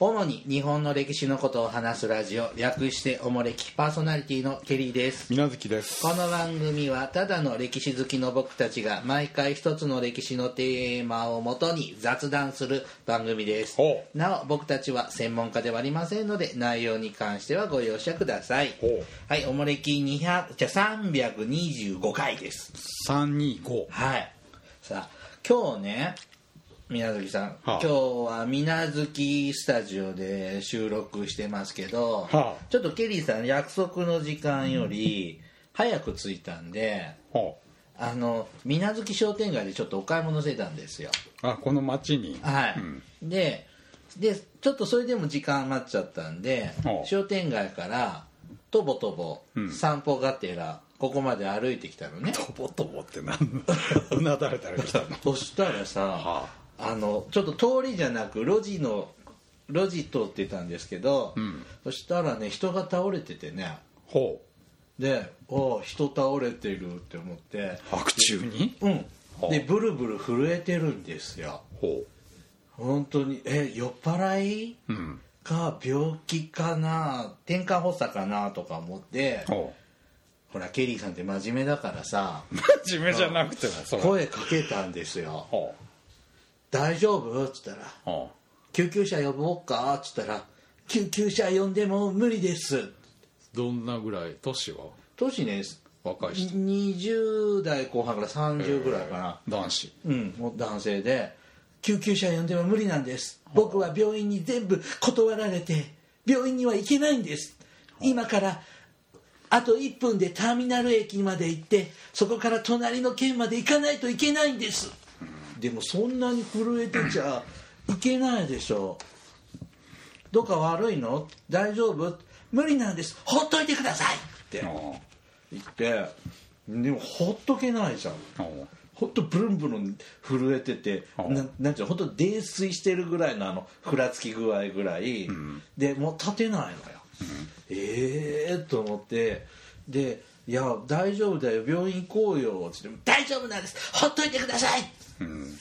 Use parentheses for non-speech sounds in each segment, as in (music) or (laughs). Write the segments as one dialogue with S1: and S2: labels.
S1: 主に日本の歴史のことを話すラジオ略しておもれきパーソナリティのケリーです
S2: 水無月です
S1: この番組はただの歴史好きの僕たちが毎回一つの歴史のテーマをもとに雑談する番組です
S2: ほ
S1: なお僕たちは専門家ではありませんので内容に関してはご容赦ください
S2: ほう
S1: はいおもれき200じゃあ325回です
S2: 325
S1: はいさあ今日ね水無月さん、
S2: はあ
S1: 今日は水無月スタジオで収録してますけど、
S2: はあ
S1: ちょっとケリーさん約束の時間より早く着いたんで
S2: ほう
S1: あの水無月商店街でちょっとお買い物してたんですよ
S2: あこの町に
S1: はい、
S2: うん
S1: ででちょっとそれでも時間余っちゃったんで
S2: はあ
S1: 商店街からとぼとぼ
S2: うん
S1: 散歩がてらここまで歩いてきたのね、
S2: とぼとぼってなんだ (laughs) うなだれたら来たの
S1: そしたらさ、
S2: は
S1: あのちょっと通りじゃなく路地の路地通ってたんですけど、
S2: ん
S1: そしたらね人が倒れててね
S2: ほ
S1: で「おお人倒れてる」って思って
S2: う白昼に
S1: うん
S2: はあ
S1: でブルブル震えてるんですよ
S2: ほ
S1: 本当にえ酔っ払いう
S2: うん
S1: か病気かな転換発作かなとか思って
S2: ほ
S1: ほらケリーさんって真面目だからさ
S2: う真面目じゃなくてなそれ
S1: 声かけたんですよ
S2: ほ
S1: 「大丈夫?」っつったら
S2: うほ
S1: 救急車呼ぼうかっつったら「救急車呼んでも無理です
S2: うどんなぐらい年は」
S1: 年ね
S2: 若い人
S1: 20代後半から30ぐらいかな、
S2: 男子
S1: うんもう男性で「救急車呼んでも無理なんです僕は病院に全部断られて病院には行けないんです今からあと1分でターミナル駅まで行ってそこから隣の県まで行かないといけないんです」でもそんなに震えてちゃいけないでしょどうか悪いの大丈夫無理なんですほっといてくださいって
S2: ほ
S1: 言ってでもほっとけないじゃん
S2: うほ
S1: ほんとブルンブルン震えてて
S2: うん
S1: ななんていうのほんと泥酔してるぐらいのあのふらつき具合ぐらい、でもう立てないのよ、ええー、と思ってで「いや大丈夫だよ病院行こうよ」って言って「大丈夫なんですほっといてくださいう
S2: うん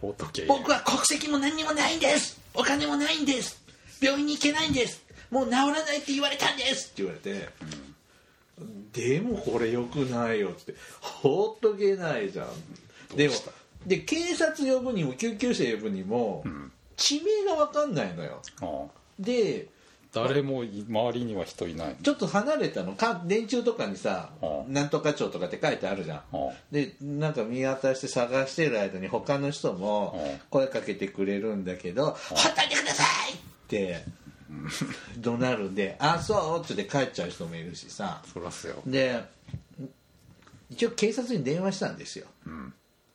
S2: ほっとけ
S1: 僕は国籍も何にもないんですお金もないんです病院に行けないんですもう治らないって言われたんです」って言われて「でもこれ良くないよ」って「ほっとけないじゃん」でもで警察呼ぶにも救急車呼ぶにも、地名が分かんないのよ
S2: ほう
S1: で
S2: 誰もい周りには人いない
S1: ちょっと離れたのか電柱とかにさ「
S2: うん
S1: なんとか町」とかって書いてあるじゃん
S2: うん
S1: でなんか見渡して探してる間に他の人も
S2: うん
S1: 声かけてくれるんだけど「ほっといてください!」 (laughs) って怒鳴るんで「あそう」って言って帰っちゃう人もいるしさ
S2: そらすよ
S1: で一応警察に電話したんですよ、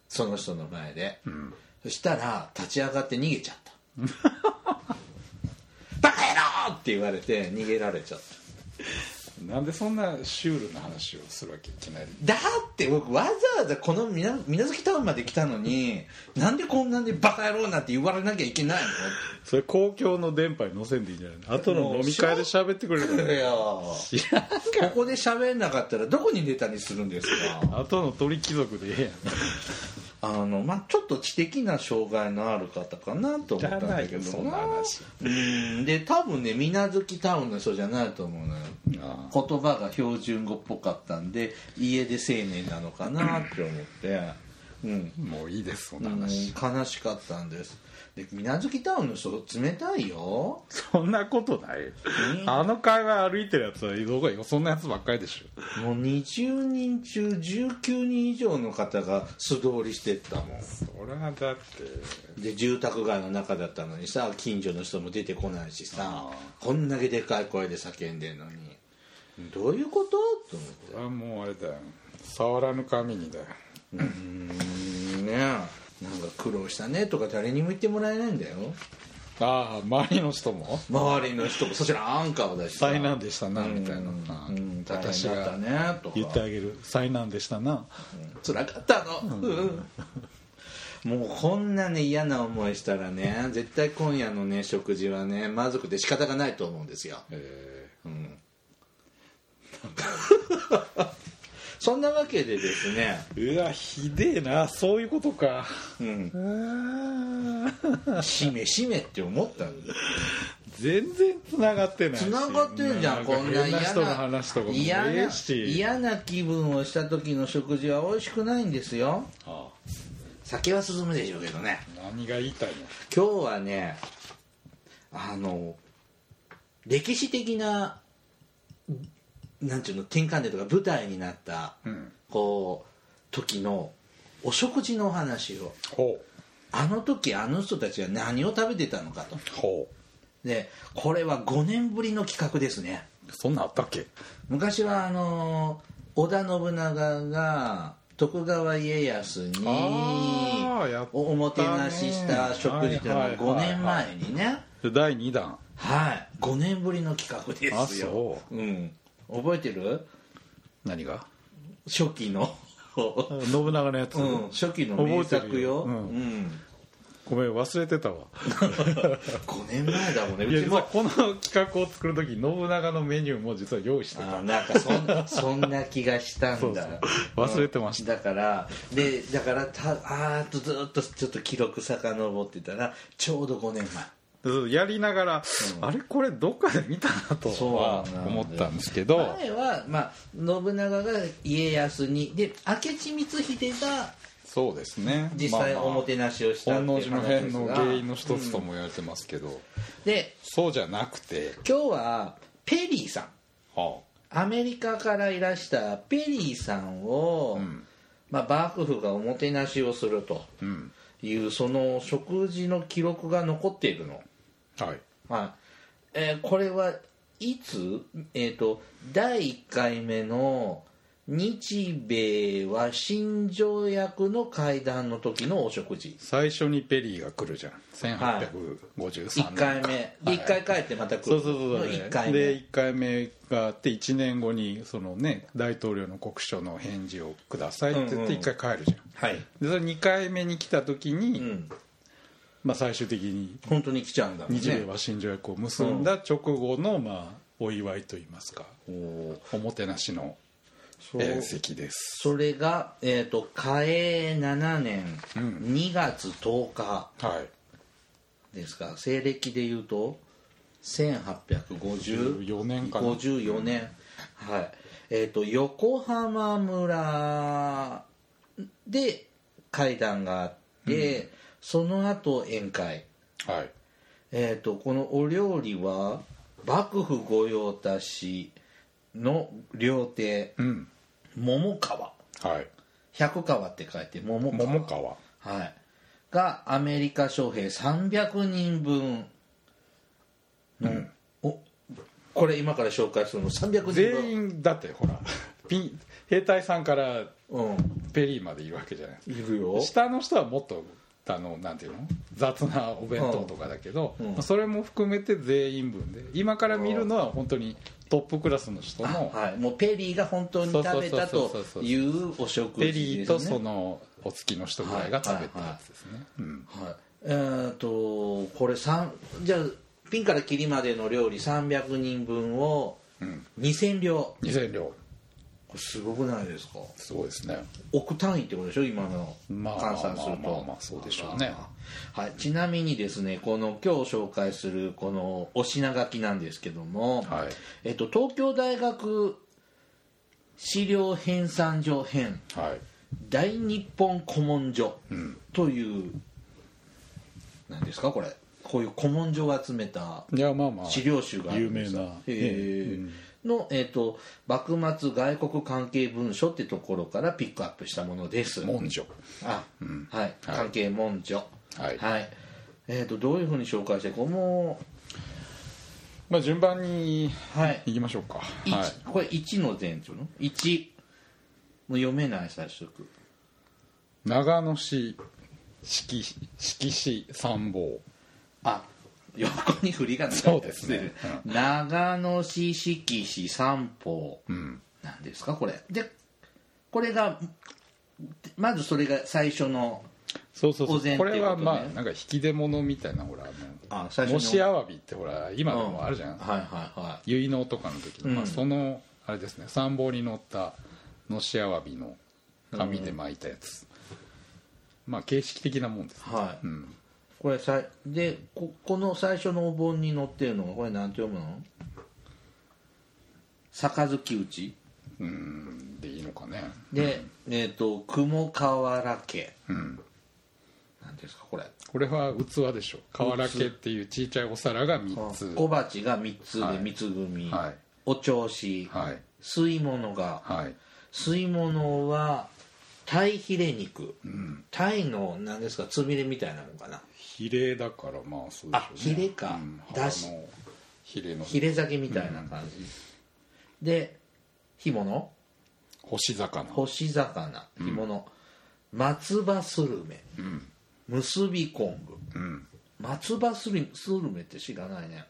S1: その人の前で、そしたら立ち上がって逃げちゃ (laughs) った「バカ野郎!」って言われて逃げられちゃった
S2: なんでそんなシュールな話をするわけいきなり
S1: だって僕わざわざこのみな水無月タウンまで来たのになんでこんなにバカ野郎なんて言われなきゃいけない
S2: それ公共の電波に載せんでいいんじゃないの後の飲み会で喋ってくれ
S1: のい
S2: る
S1: や
S2: いや
S1: ここで喋んなかったらどこにネタにするんですか
S2: 後の鳥貴族でええやん
S1: あの、まあ、ちょっと知的な障害のある方かなと思ったんだけど
S2: そんな話
S1: うんで多分ね水無月タウンの人じゃないと思うのよ
S2: あ
S1: 言葉が標準語っぽかったんで家出青年なのかなって思ってうん
S2: あもういいですそんな話
S1: うん悲しかったんですで水無月タウンの人冷たいよ
S2: そんなことないあの会話歩いてるやつはどこよそんなやつばっかりでしょ
S1: もう20人中19人以上の方が素通りしてったもん
S2: そりゃだって
S1: で住宅街の中だったのにさ近所の人も出てこないしさこんだけでかい声で叫んでんのにどういうことと思って
S2: それはもうあれだよ触らぬ神にだよ
S1: うんねえなんか苦労したねとか誰にも言ってもらえないんだよ
S2: ああ周りの人も
S1: 周りの人もそちらアンカーだしさ
S2: 災難でしたなみたいなああ
S1: うん大変
S2: 私
S1: だった
S2: が
S1: ねとか
S2: 言ってあげる災難でしたな
S1: つらかったの、うんもうこんなね嫌な思いしたらね絶対今夜のね食事はね満足で仕方がないと思うんですよ、
S2: え
S1: うん、そんなわけでですね、
S2: ーうわひでえなそういうことか
S1: うん、
S2: あー
S1: しめしめって思ったんだ
S2: (laughs) 全然つながってないし
S1: つながってるじゃん
S2: か
S1: こんな
S2: 変
S1: 嫌
S2: な
S1: な
S2: 人の話とかもね
S1: 嫌
S2: え
S1: な
S2: し
S1: 嫌な気分をした時の食事は美味しくないんですよ
S2: あ
S1: 酒は進むでしょうけどね
S2: 何が言いたいの
S1: 今日はねあの歴史的ななんていうの転換点とか舞台になった、
S2: うん
S1: こう時のお食事のお話を
S2: ほ
S1: あの時あの人たちは何を食べてたのかと
S2: うほ
S1: でこれは5年ぶりの企画ですね
S2: うそんなんあったっけ
S1: 昔はあの織田信長が徳川家康に
S2: あーやったね
S1: おもてなしした食事というの
S2: は
S1: はい
S2: はいはい
S1: 5年前にね
S2: で第2弾
S1: はい5年ぶりの企画ですよ、
S2: あそう
S1: ん、覚えてる
S2: 何が
S1: 初期
S2: (laughs)
S1: の
S2: 信長のやつ、
S1: うん初期の名
S2: 覚えて
S1: 作
S2: る
S1: よ
S2: よ
S1: う
S2: うん
S1: ん、 (laughs)
S2: ごめん忘れてたわ
S1: 5年前だもんね
S2: いや
S1: うち
S2: 実は
S1: も
S2: この企画を作る時信長のメニューも実は用意してた
S1: あなんかそんな
S2: (laughs)
S1: そんな気がしたんだ
S2: そうそう忘れてました
S1: だからでだからたあーっとずーっとちょっと記録遡ってたらちょうど5年前
S2: そうやりながら、あれこれどっかで見たなとは
S1: そうなんだよ
S2: 思ったんですけど
S1: 前は、まあ、信長が家康にで明智光秀が
S2: そうですね
S1: 実際
S2: まあ
S1: おもてなしをした
S2: 本
S1: ってい
S2: 能
S1: う
S2: 寺の
S1: 話で
S2: 変
S1: す
S2: の
S1: が
S2: 原因の一つとも言われてますけど、
S1: で
S2: そうじゃなくて、
S1: 今日はペリーさん
S2: は
S1: アメリカからいらしたペリーさんを、
S2: ん
S1: まあ、幕府がおもてなしをすると
S2: あうん
S1: いうその食事の記録が残っているの。
S2: はい
S1: はいえーこれはいつ、えー、と第1回目の日米和親条約の会談の時のお食事
S2: 最初にペリーが来るじゃん
S1: はい
S2: 1853
S1: 1
S2: 年
S1: 回目で
S2: はい
S1: 1回帰ってまた来
S2: そ
S1: る
S2: うそうそうそう
S1: の1回
S2: で
S1: 目
S2: 1回目があって1年後にその、ね、大統領の国書の返事をくださいって言って1回帰るじゃん、
S1: はい、
S2: でそれ2回目に来た時に、
S1: うん、
S2: まあ、最終的に
S1: 本当に来ちゃうんだもん
S2: 日米
S1: ね
S2: 和親条約を結んだ直後の、まあ、お祝いといいますか
S1: おー
S2: おもてなしの、
S1: そう
S2: えー席です
S1: それが、えー、と嘉永7年2月10日
S2: はい
S1: ですか、西暦でいうと1850
S2: 14年かな
S1: 54年、はいえー、と横浜村で会談があって、その後宴会、
S2: はい
S1: えー、とこのお料理は幕府御用達の料亭
S2: うん
S1: 桃川
S2: はい
S1: 百川って書いて桃川
S2: 桃川
S1: はい、がアメリカ将兵300人分の、おこれ今から紹介するの300人分
S2: 全員だって
S1: (laughs)
S2: ほらピン兵隊さんから
S1: うん
S2: ペリーまでいるわけじゃないですか
S1: いるよ
S2: 下の人はもっとあのなんていうの雑なお弁当とかだけど、
S1: うんうん
S2: それも含めて全員分で今から見るのは本当にトップクラスの人の
S1: はい、もうペリーが本当に食べた
S2: そ
S1: と
S2: うそうそうそうそう
S1: いうお食事です、ね、
S2: ペリーとそのお付きの人ぐらいが食べたやつですね、うん
S1: はい、えーっとこれ三じゃあピンからキリまでの料理300人分を
S2: うん
S1: 2000両
S2: 2000両
S1: これすごくないですか
S2: すごいですね
S1: 億単位ってことでしょ今の
S2: まあ
S1: 換算すると、
S2: まあまあまあそうでしょうね
S1: はい、ちなみにですねこの今日紹介するこのお品書きなんですけども、
S2: はい
S1: えっと、東京大学資料編纂所編
S2: はい
S1: 大日本古文書という、なんですかこれこういう古文書を集めた
S2: いやまあまあ
S1: 資料集があるんです
S2: 有名な
S1: へえの、えっと幕末外国関係文書ってところからピックアップしたものです
S2: 文書
S1: あ、はい関係文書
S2: はい
S1: えっとどういうふうに紹介してこうも
S2: まあ順番に
S1: うはい
S2: いきましょうかはい
S1: 一これ1の前兆の1もう読めない最初
S2: 長野市四季四季市参謀
S1: あ横に振りがない
S2: そうですね
S1: 長野市四季市三方
S2: うん
S1: なんですかこれでこれがまずそれが最初の
S2: そうそうそ
S1: お膳
S2: う
S1: って
S2: こ
S1: いうこと
S2: れ
S1: ね
S2: はまあなんか引き出物みたいなほら
S1: あ
S2: あ
S1: 最初
S2: のも
S1: の
S2: しあわびってほら今でもあるじゃ
S1: うんはいはいは
S2: 結納とかの時の、ま
S1: う
S2: あ、
S1: ん
S2: そのあれですね参謀に乗ったのしあわびの紙で巻いたやつ、まあ形式的なもんです
S1: いはい、
S2: うん
S1: これさいでここの最初のお盆に載ってるのがこれなんて読むの杯打ち
S2: うんでいいのかね
S1: で、えっ、と雲河原家
S2: うん
S1: なんていうんですかこれ
S2: これは器でしょ瓦家っていうちいちゃいお皿が3つ
S1: 小鉢が3つ
S2: は
S1: で
S2: い
S1: 三つ組、
S2: はい
S1: お調子、
S2: はい
S1: 吸い物が
S2: はい
S1: 吸い物は鯛ヒレ肉、鯛の何ですかつみれみたいなもんかな
S2: ヒレだからまあそうでしょうね
S1: あヒレか
S2: うん、
S1: だし
S2: 腹のヒレの
S1: ヒレ酒みたいな感じ、で干物
S2: 干し魚
S1: 干し魚干物、松葉スルメ、
S2: ん
S1: 結び昆布
S2: うん
S1: 松葉スルスルメって知らないね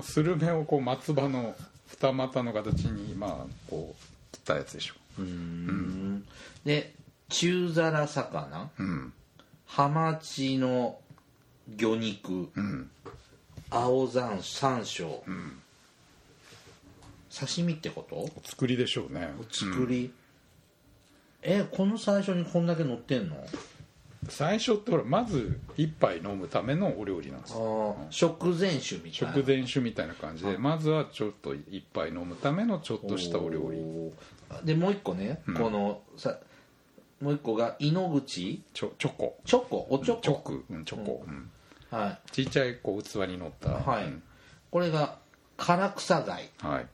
S2: スルメをこう松葉の二股の形にまあこう切ったやつでしょ
S1: うんで中皿魚
S2: うん
S1: ハマチの魚肉
S2: うん
S1: 青山山椒、刺身ってこと
S2: お作りでしょうね
S1: お作り、えこの最初にこんだけ乗ってんの
S2: 最初ってほらまず一杯飲むためのお料理なんですよ
S1: ああ食前酒みたいな
S2: 食前酒みたいな感じでまずはちょっと一杯飲むためのちょっとしたお料理
S1: おーでもう一個ね、このさもう一個が井ノ口
S2: ちょチョコ
S1: チョコおチョ
S2: チョ
S1: コ、
S2: ク、うん、チョコ、うん
S1: は
S2: ちいちゃいこう器に乗った
S1: い、はい
S2: うん
S1: これが唐草貝
S2: はい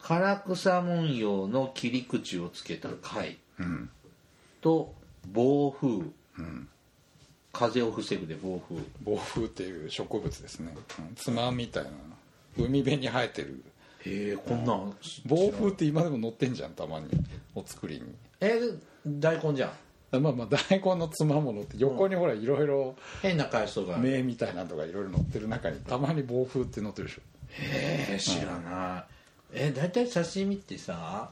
S1: 唐草文様の切り口をつけた貝
S2: うん
S1: と暴風、
S2: ん
S1: 風を防ぐで暴風
S2: 暴風っていう植物ですね、うん、つまみたいな海辺に生えてる
S1: へえこんなん
S2: 暴風って今でも乗ってんじゃんたまにお作りに
S1: え大根じゃん
S2: あまあまあ大根のつまものって横にほらいろいろ
S1: 変な海藻が
S2: 目みたいなのとかいろいろ乗ってる中にたまに暴風って乗ってるでしょ
S1: えー知らない、え大体刺身ってさ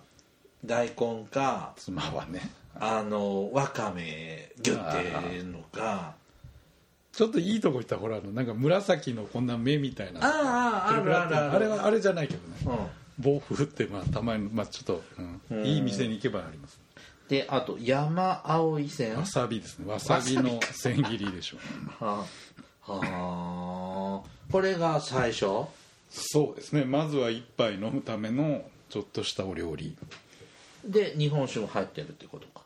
S1: 大根か
S2: つまはね
S1: あのわかめギュッてのか
S2: ちょっといいとこ行ったらほらあのなんか紫のこんな目みたいな
S1: ああああ
S2: くるくるって
S1: あるあるある
S2: あれはあれじゃないけどね、
S1: うん
S2: 暴風ってまあたまに、まあ、ちょっと、うんいい店に行けばあります
S1: であと山青い線
S2: わさびですねわさびの千切りでしょ
S1: はあはあこれが最初
S2: そうですねまずは一杯飲むためのちょっとしたお料理
S1: で日本酒も入ってるってことか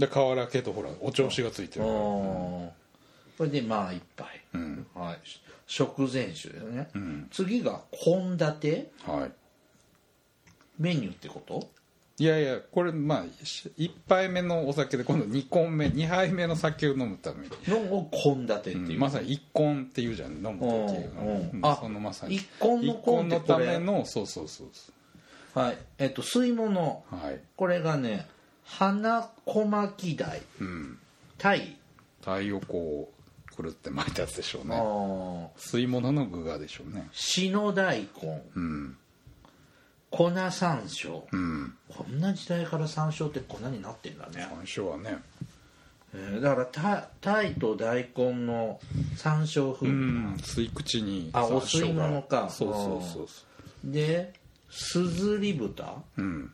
S2: で瓦家とほらお調子がついて
S1: う
S2: る
S1: んこれでまあ一杯、
S2: うん
S1: はい、食前酒ですね、次が献立
S2: はい
S1: メニューってこと
S2: いやいやこれまあ1杯目のお酒で今度2本目2杯目の酒を飲むために、
S1: のを献立っていう、
S2: まさに一婚っていうじゃん飲む
S1: うん
S2: 時
S1: うん
S2: うん
S1: あ
S2: そのまさに
S1: 一献の
S2: 一献の
S1: 献ってこ
S2: た
S1: れ
S2: めのそうそうそうそ
S1: はいえっと吸い物
S2: うはい
S1: これがね花小牧鯛
S2: うん
S1: 鯛
S2: 鯛をこうくるって巻いたやつでしょう
S1: あ
S2: ね
S1: ー
S2: 吸い物の具がでしょうね
S1: 篠大根
S2: うん
S1: 粉山椒
S2: うん
S1: こんな時代から山椒ってこんなになってんだね、
S2: 山椒はね
S1: えーだからた鯛と大根の山椒風味、
S2: うん吸い口に
S1: あお
S2: 山椒
S1: 吸い
S2: が
S1: 物か
S2: そうそうそうそ
S1: で、すずり豚
S2: ううん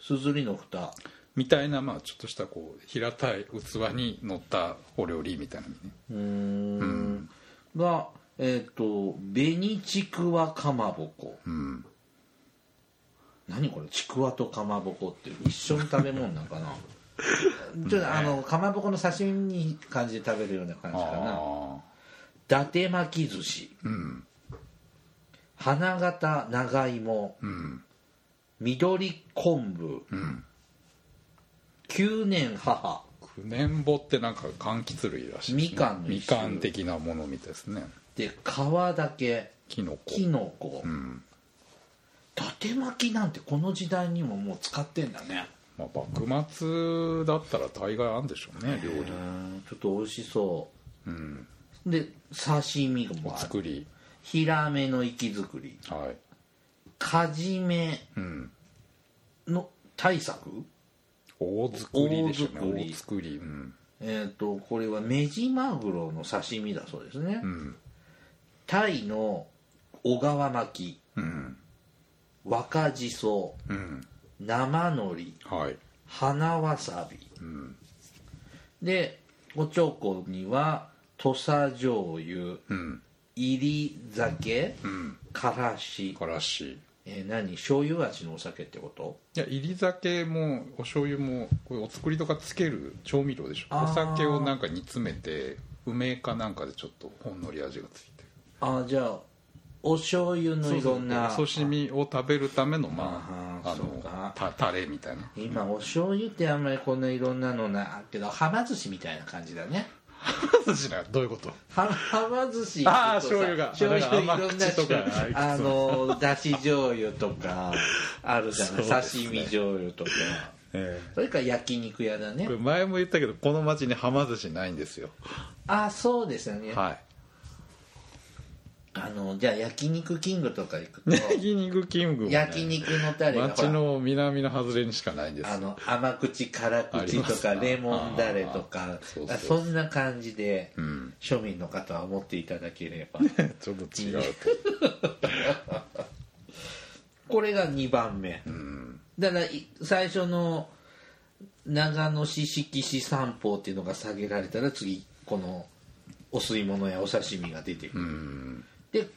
S1: すずりの蓋
S2: みたいなまあちょっとしたこう平たい器に乗ったお料理みたいなのにね
S1: うーんが、えっ、と、紅ちくわかまぼこ。
S2: うん
S1: 何これ、ちくわとかまぼこって一緒に食べ物なんかなちょっとあの、かまぼこの刺身に感じで食べるような感じかな。
S2: あ
S1: 伊達巻き寿司。
S2: あうん
S1: 花形長芋。
S2: うん
S1: 緑昆布。
S2: うん
S1: 九年母。
S2: 九年ぼってなんか柑橘類らしいです
S1: み
S2: ね、
S1: かんの
S2: み
S1: 一種
S2: かん的なものみたいですね
S1: で、皮だけ。
S2: きのこ
S1: きのこ。
S2: うん
S1: 伊達巻きなんてこの時代にももう使ってんだね
S2: まあ幕末だったら大概あるんでしょうね料理
S1: ちょっと美味しそ
S2: うん
S1: うで刺身も
S2: お
S1: ある
S2: 作り
S1: ヒラメの息づくり
S2: はい
S1: かじめ
S2: うん
S1: の対策
S2: 大作りでしょ
S1: 大
S2: う
S1: 作
S2: ね
S1: り
S2: 大作りうん
S1: えっ、とこれはメジマグロの刺身だそうですね、
S2: うん
S1: タイの小川巻き
S2: うん
S1: 若じそ
S2: うん
S1: 生のり
S2: はい
S1: 花わさび、でおちょこには土佐醤油
S2: うん
S1: 入り酒、からし、
S2: からし
S1: えー何醤油味のお酒ってこと
S2: いや入り酒もお醤油もこれお作りとかつける調味料でしょ
S1: あー
S2: お酒をなんか煮詰めて梅かなんかでちょっとほんのり味がついてる
S1: ああじゃあお醤油のいろんな
S2: そうそうお刺身を食べるためのま
S1: あ
S2: あ
S1: ー
S2: あ
S1: そうか
S2: のたタレみたい (laughs) な
S1: 今お醤油ってあんまりこんないろんなのなけどはま寿司みたいな感じだね
S2: 筋などういうこと
S1: ははま寿司
S2: あー
S1: ちょっとさ
S2: 醤油が
S1: 醤油いろんな
S2: 甘口とか
S1: 種類あのだし醤油とかあるじゃない、
S2: そうですね
S1: 刺身醤油とか
S2: え
S1: それから焼肉屋だね
S2: これ前も言ったけどこの町にはま寿司ないんですよ
S1: あそうですよね、
S2: は
S1: あのじゃあ焼肉キングとか行く
S2: い
S1: と
S2: 焼肉キングもね
S1: (laughs) 焼肉のタレがほ
S2: 町
S1: ら
S2: の南の外れにしかないんです
S1: あの甘口辛
S2: あり
S1: 口
S2: ま
S1: と
S2: す
S1: か
S2: な
S1: レモンだれとか
S2: ーそう
S1: あ
S2: そ
S1: そんな感じで
S2: ん
S1: 庶民の方は思っていただければ
S2: ちょっと違う
S1: これが2番目だからい最初の長野市四季市三宝っていうのが下げられたら次このお吸い物やお刺身が出てくるで
S2: と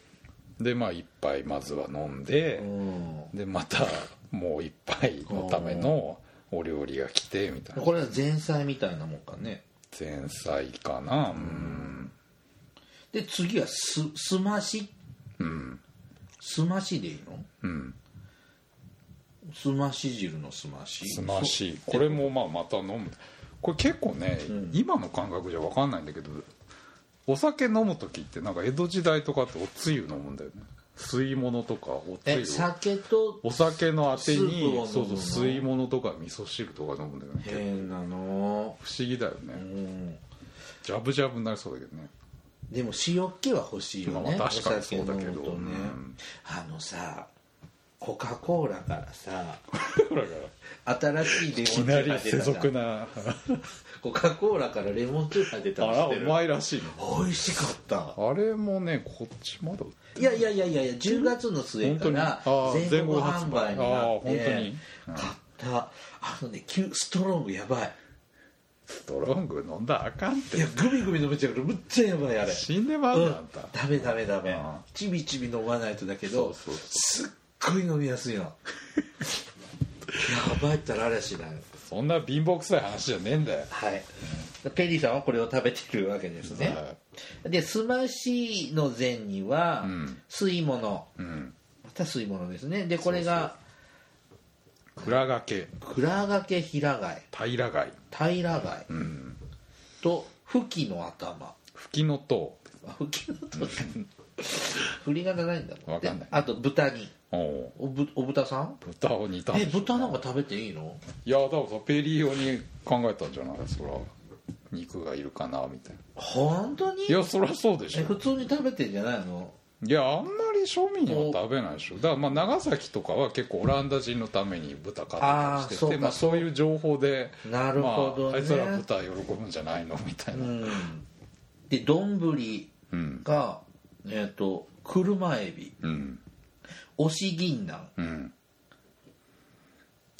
S2: でまあ一杯まずは飲んで
S1: うん
S2: でまたもう一杯のためのお料理が来てみたいな
S1: これは前菜みたいなもんかね
S2: 前菜かなうん
S1: で次はすすましすましでいいの
S2: うん
S1: すまし汁のすまし
S2: すましこれもまあまた飲むこれ結構ね、今の感覚じゃ分かんないんだけどお酒飲む時ってなんか江戸時代とかっておつゆ飲むんだよね吸い物とかおつゆ
S1: え酒と
S2: お酒のあて
S1: スープを飲
S2: に
S1: むの
S2: そうそう吸い物とか味噌汁とか飲むんだよね結構
S1: 変なの
S2: 不思議だよね、
S1: うん
S2: ジャブジャブになりそうだけ
S1: (laughs)
S2: どね
S1: でも塩気は欲しいよね、
S2: まあ確か
S1: お
S2: に
S1: 酒
S2: そ
S1: 飲
S2: うだ
S1: む
S2: けど
S1: とね、
S2: うん
S1: あのさコカ・コーラからさ
S2: ほらが
S1: 新しいレ
S2: い
S1: モ
S2: き
S1: ンジュ
S2: な
S1: ースが
S2: り
S1: 出
S2: 世
S1: たじゃん
S2: 俗な
S1: コカ・コーラからレモンジュースが出
S2: (laughs) あ
S1: たの知っ
S2: らお
S1: てる
S2: 前らしいね
S1: 美味しかった
S2: あれもねこっちまだ売って
S1: いやいやいやいやいや10月の末から
S2: 本当にあー
S1: 全国販売になっ
S2: 全国販売
S1: て
S2: あー本当にうん
S1: 買ったあのねキュストロングやばい
S2: ストロング飲んだらあかんっ
S1: いや
S2: て
S1: グビグビ飲めちゃうからむっちゃやばいあれ
S2: 死んでまう
S1: う
S2: よ
S1: ん
S2: あんた
S1: ダメダメダメ
S2: あ
S1: ちびちび飲まないとだけど
S2: そうそう
S1: すっごい飲みやすいのやばいったらあれはしない
S2: そんな貧乏くさい話じゃねえんだよ
S1: はいペリーさんはこれを食べてるわけですね
S2: は
S1: ですましの前には
S2: ん
S1: 吸い物
S2: うん
S1: また吸い物ですねでこれが
S2: 裏掛け
S1: 蔵掛け平貝
S2: 平貝
S1: 平貝と吹きの頭
S2: 吹きの塔
S1: あ吹きの頭振りがないんだもん
S2: わかんない
S1: であと豚に
S2: おう
S1: おぶお豚さん
S2: 豚を煮たん
S1: え
S2: でしょ
S1: 豚なんか食べていいの
S2: いやだからさペリー用に考えたんじゃないそら肉がいるかなみたいな
S1: 本当
S2: い
S1: に
S2: やそりゃそうでし
S1: え
S2: ょ
S1: 普通に食べてんじゃないの
S2: いやあんまり庶民は食べないでしょだからまあ長崎とかは結構オランダ人のために豚買ってたりして
S1: あーそう
S2: て
S1: か
S2: まあ、そういう情報で
S1: なるほどね
S2: まあ、あいつら豚喜ぶんじゃないのみたいうな、
S1: んで丼
S2: うん
S1: がえっ、と車エビ
S2: うん
S1: 押し銀杏
S2: うん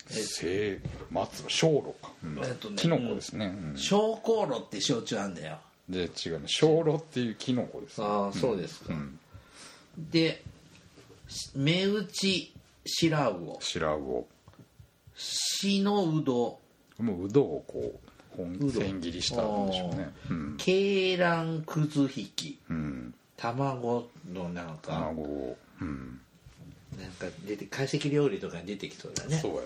S2: せ松小炉か、うん
S1: えっとね
S2: キノコですね、うん
S1: 小香炉って焼酎あんだよ
S2: で違うね小炉っていうキノコです
S1: ああそうですか、
S2: ん
S1: でし目打ち白魚
S2: 白魚
S1: しのうど
S2: もううどをこう本
S1: うど
S2: 千切りしたんでしょうね
S1: あー
S2: うん、
S1: 鶏卵くず引き
S2: うん、
S1: 卵のなんか
S2: 卵を、うん、
S1: なんか出て懐石料理とかに出てきそうだね
S2: そうやね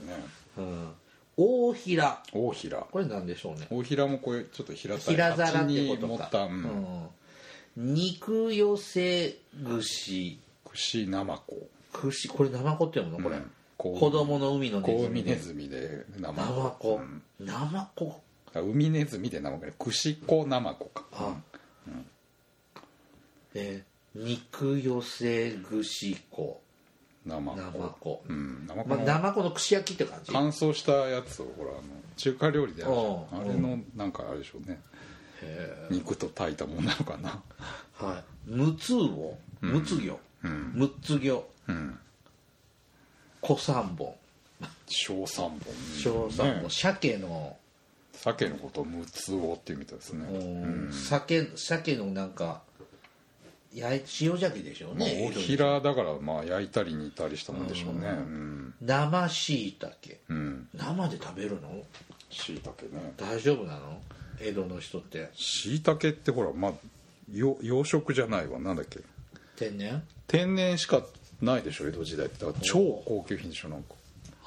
S1: うん、大平
S2: 大平
S1: これなんでしょうね
S2: 大平もこれちょっと平たい
S1: 平皿ってこ
S2: に
S1: と
S2: 持
S1: か
S2: った、う、
S1: うんん肉寄せ串
S2: 串生子
S1: 串これナマコって読むのこれ、
S2: うんこう
S1: 子供の海のネ
S2: こう
S1: ズ
S2: 海
S1: ミ
S2: ネ
S1: で
S2: ズミで生
S1: ナマ
S2: 子
S1: コナマコ
S2: うん海ネズミで生子ね串子生子か
S1: あ、えー肉寄せ串子
S2: 生
S1: ナマ
S2: 子
S1: コ、
S2: うん生子
S1: まあ、
S2: の
S1: ナマコの串焼きって感じ
S2: 乾燥したやつをほらあの中華料理であるじゃん
S1: うん
S2: あれのなんかあれでしょうね肉と炊いたもんなのかな
S1: はいむつ魚むつ魚むつ魚
S2: うん
S1: 小三本
S2: 小三本
S1: 小三本、
S2: ね
S1: 鮭の
S2: 鮭のことを「ムツオ」っていうみたいですね、
S1: うん鮭鮭のなんかやい塩鮭でしょうね、
S2: 大平だからまあ焼いたり煮たりしたもんでしょうねうん
S1: 生しいたけ
S2: うん
S1: 生で食べるの
S2: しいたけね
S1: 大丈夫なの江戸の人って
S2: しいたけってほらまあよ養殖じゃないわなんだっけ
S1: 天然
S2: 天然しかないでしょ江戸時代ってだから超高級品でしょなんか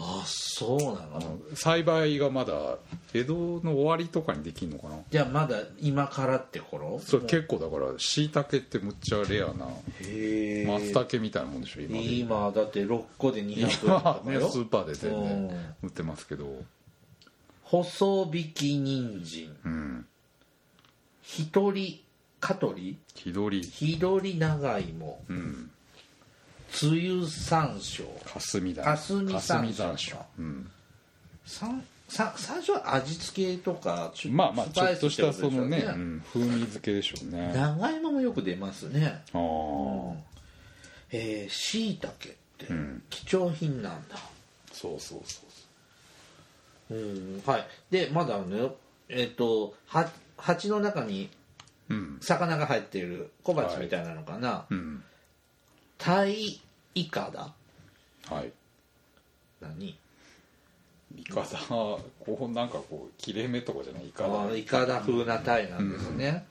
S1: あそうなの
S2: 栽培がまだ江戸の終わりとかにできんのかな
S1: じゃあまだ今からって頃
S2: それ結構だからしいたけってむっちゃレアな
S1: へえ
S2: 松茸みたいなもんでしょ今 (laughs) で
S1: 今だって6個で200円と
S2: 今
S1: か
S2: ね
S1: よ
S2: スーパーで全
S1: う
S2: 然
S1: ん
S2: 売ってますけど
S1: 細引き人参
S2: うん
S1: ひとりかとり
S2: 気取り
S1: ひどり長芋
S2: うん
S1: つゆ山椒
S2: 霞だ
S1: 霞山椒
S2: うん
S1: さんさ最初は味付けとかちょ
S2: まあまあ
S1: ス
S2: ちょ
S1: パイ
S2: っ
S1: ス
S2: としたそのね
S1: ってことですよ
S2: うん風味付けでしょうねあ
S1: 長芋もよく出ますね
S2: あー
S1: えー、椎茸って
S2: ん
S1: 貴重品なんだ
S2: そうそうそうそう
S1: うんはいでまだあるのよえっ、とは鉢の中に
S2: うん
S1: 魚が入っている小鉢みたいなのかな、
S2: うん
S1: タイイカダ
S2: はい
S1: 何
S2: イカだこうなんかこう切れ目とかじゃないイカ
S1: あ
S2: だ
S1: ーイカダ風なタイなんですね、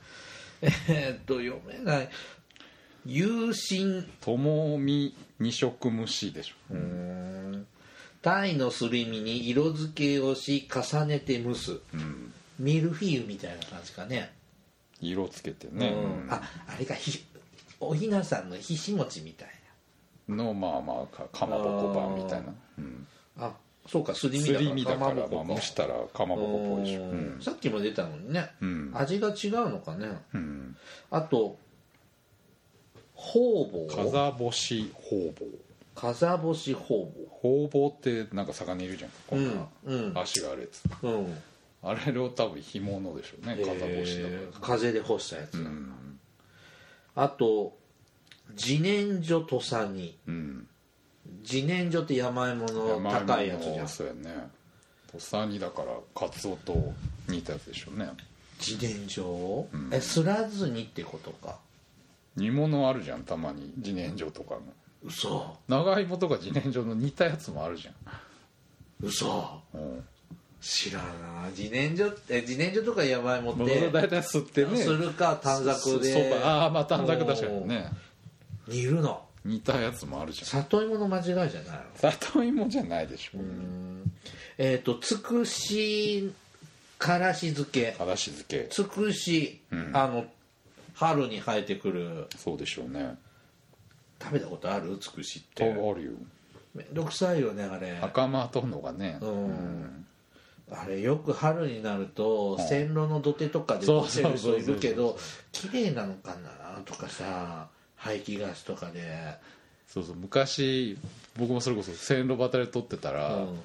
S1: えーっと読めない有心
S2: ともみ二色蒸しでしょ
S1: タイのすり身に色付けをし重ねて蒸す、
S2: ん
S1: ミルフィーユみたいな感じかね、
S2: 色つけてね
S1: うんああれかひおひなさんのひし餅みたい
S2: のまあまあかかまぼこ版みたいなうん
S1: なあそうかすり身
S2: す
S1: だから
S2: り身だか
S1: か
S2: ら
S1: まぼ
S2: ま
S1: こ
S2: あ蒸したらかまぼこっぽいでしょ
S1: う
S2: うんん
S1: さっきも出たのにね、
S2: うん
S1: 味が違うのかね
S2: うん
S1: あとほうぼう
S2: 風干しほうぼう
S1: 風干し方
S2: ほうぼうってなんか魚いるじゃんこんな
S1: うんうん
S2: 足があるやつ
S1: 々うん
S2: あれを多分干物でしょうね風干しだか
S1: えー
S2: ら
S1: 風で干したやつ、
S2: うん
S1: あと自然薯土佐煮
S2: うん
S1: 自然薯って山芋の高いやつじゃん
S2: そうやねとっさにだからカツオと似たやつでしょうね
S1: 自然薯を、えすらずにってことか
S2: 煮物あるじゃんたまに自然薯とかの
S1: 嘘
S2: 長芋とか自然薯の似たやつもあるじ
S1: 嘘
S2: ゃん、うん、
S1: 知らない自然薯って自然薯とか山芋っ
S2: 僕
S1: て
S2: 大体吸ってね
S1: するか短冊で
S2: そそばああまあ短冊確かにね
S1: 煮るの
S2: 似たやつもあるじゃん
S1: 里芋の間違いじゃないの
S2: 里芋じゃないでしょ
S1: えっ、とつくしからし漬け
S2: からし漬け
S1: つくし、あの春に生えてくる
S2: そうでしょうね
S1: 食べたことあるつくしって
S2: とあるよ
S1: めんどくさいよねあれ
S2: 袴とんのがね
S1: うんあれよく春になると線路の土手とかで撮ってる人いるけど綺麗なのかなとかさ排気ガスとかで
S2: そうそう昔僕もそれこそ線路端で撮ってたら、
S1: うん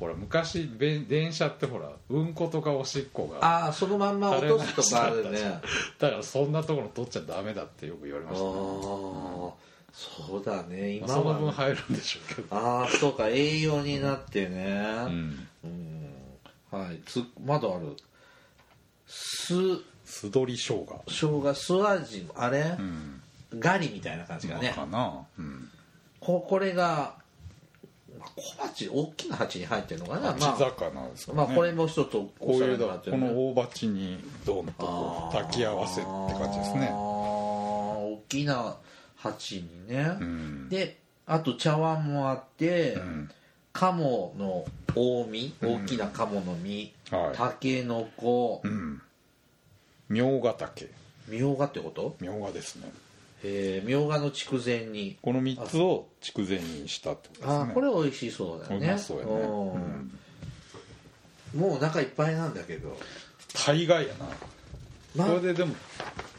S2: ほら昔べん電車ってほらうんことかおしっこが
S1: ああそのまんま落とすとかあるねあ
S2: だからそんなところ取っちゃダメだってよく言われま
S1: あ
S2: した、ね
S1: そうだね今
S2: まあ、その分
S1: は
S2: 入るんでしょうけど
S1: ああそうか栄養になってね
S2: うん
S1: うんはいつまだある酢
S2: 素取り生姜
S1: 生姜酢味のあれ
S2: うん
S1: ガリみたいな感じがね
S2: かな、うん、
S1: ここれがまあ小鉢大きな鉢に入ってるのかな
S2: 地
S1: まあ、
S2: 魚ですか
S1: ま
S2: ら
S1: あ
S2: ね、
S1: これも一つ
S2: こう
S1: おしゃ
S2: い
S1: れ
S2: う
S1: に
S2: だ
S1: なって
S2: こ
S1: るね
S2: の大鉢にドンとこう炊き合わせって感じです
S1: あー
S2: ね
S1: 大きな鉢にね、
S2: ん
S1: であと茶碗もあって、鴨の大身大きな鴨の実、
S2: はい
S1: たけのこ
S2: うんみょうが竹
S1: みょうがってこと
S2: みょうがですね
S1: えーみょうがの筑前煮
S2: この3つを筑前にしたってことです
S1: あ
S2: ね
S1: ーこれ美味しそうだよね
S2: うまそうやねうん
S1: うんもうお腹いっぱいなんだけど
S2: 大概やな、
S1: まあ
S2: これででも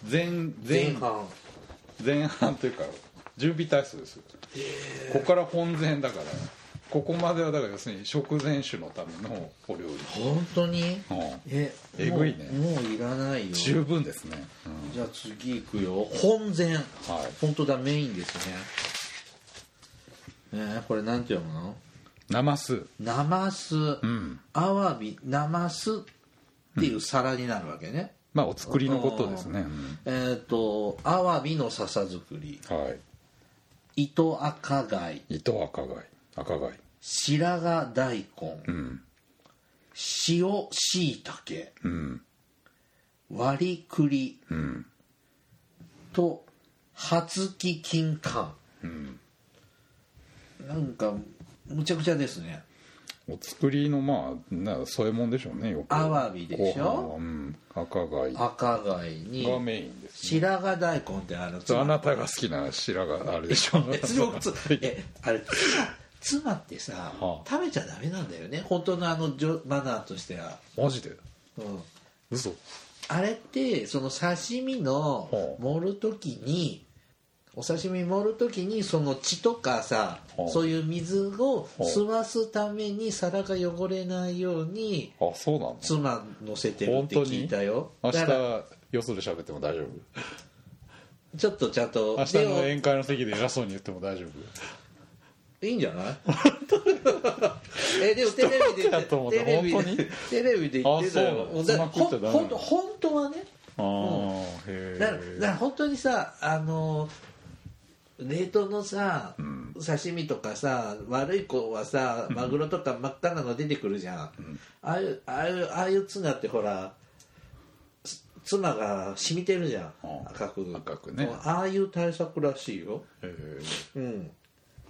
S2: 前前
S1: 前半
S2: 前半というか準備体操ですよここから本前だからここまではだから要するに食前酒のためのお料理
S1: 本当に
S2: うん
S1: え
S2: えぐいね
S1: もうもういらないよじ
S2: 十分ですね、うん
S1: ゃあ次いくよ本膳
S2: はい
S1: 本当だメインですねえーこれなんて読むの
S2: 生酢
S1: 生酢
S2: うん
S1: アワビ生酢っていう皿になるわけね、
S2: まあお作りのことですね、
S1: えっ、とアワビの笹作り
S2: うんはい
S1: 糸赤貝
S2: 糸赤貝赤貝
S1: 白髪大根、
S2: うん
S1: 塩しいたけ
S2: うん
S1: 割り栗
S2: うん
S1: と初木金柑、なんかむちゃくちゃですね
S2: お作りのまあなそういうもんでしょうねよく
S1: アワビでしょ
S2: ご飯はうん、赤貝が
S1: 赤貝に
S2: メインです、ね、
S1: 白髪大根ってあの
S2: あなたが好きな白があれでしょう
S1: えつ
S2: (laughs)
S1: つえあれ妻妻ってさ、
S2: あ
S1: 食べちゃダメなんだよね本当のあのじょマナーとしては、
S2: マジで
S1: うん、
S2: 嘘
S1: あれってその刺身の
S2: ほう
S1: 盛る時にお刺身盛る時にその血とかさ
S2: ほう
S1: そういう水を
S2: う
S1: 吸わすために皿が汚れないように
S2: あそうなの
S1: 妻乗せてるって聞いたよ
S2: 明
S1: だ
S2: 日
S1: から
S2: よそで喋っても大丈夫
S1: ちょっとちゃんと
S2: 明日の
S1: でも
S2: 宴会の席で偉そうに言っても大丈夫
S1: いいんじゃない
S2: (laughs)
S1: えでもテレビで
S2: 人だと思った
S1: テレビ
S2: 本当に
S1: でテレビで言ってた
S2: あそうな
S1: よ
S2: の
S1: もうだから
S2: そん
S1: ほん
S2: なことダメな
S1: ほ
S2: の
S1: んと本当はね
S2: ああへ
S1: だからだから本当にさあの冷凍のさ、刺身とかさ悪い子はさマグロとか真っ赤なの出てくるじゃん、ああいうああいうああいうツナってほらつ妻が染みてるじゃん、
S2: うん
S1: 赤く
S2: 赤くね
S1: もうああいう対策らしいよ
S2: え
S1: うんだ
S2: 食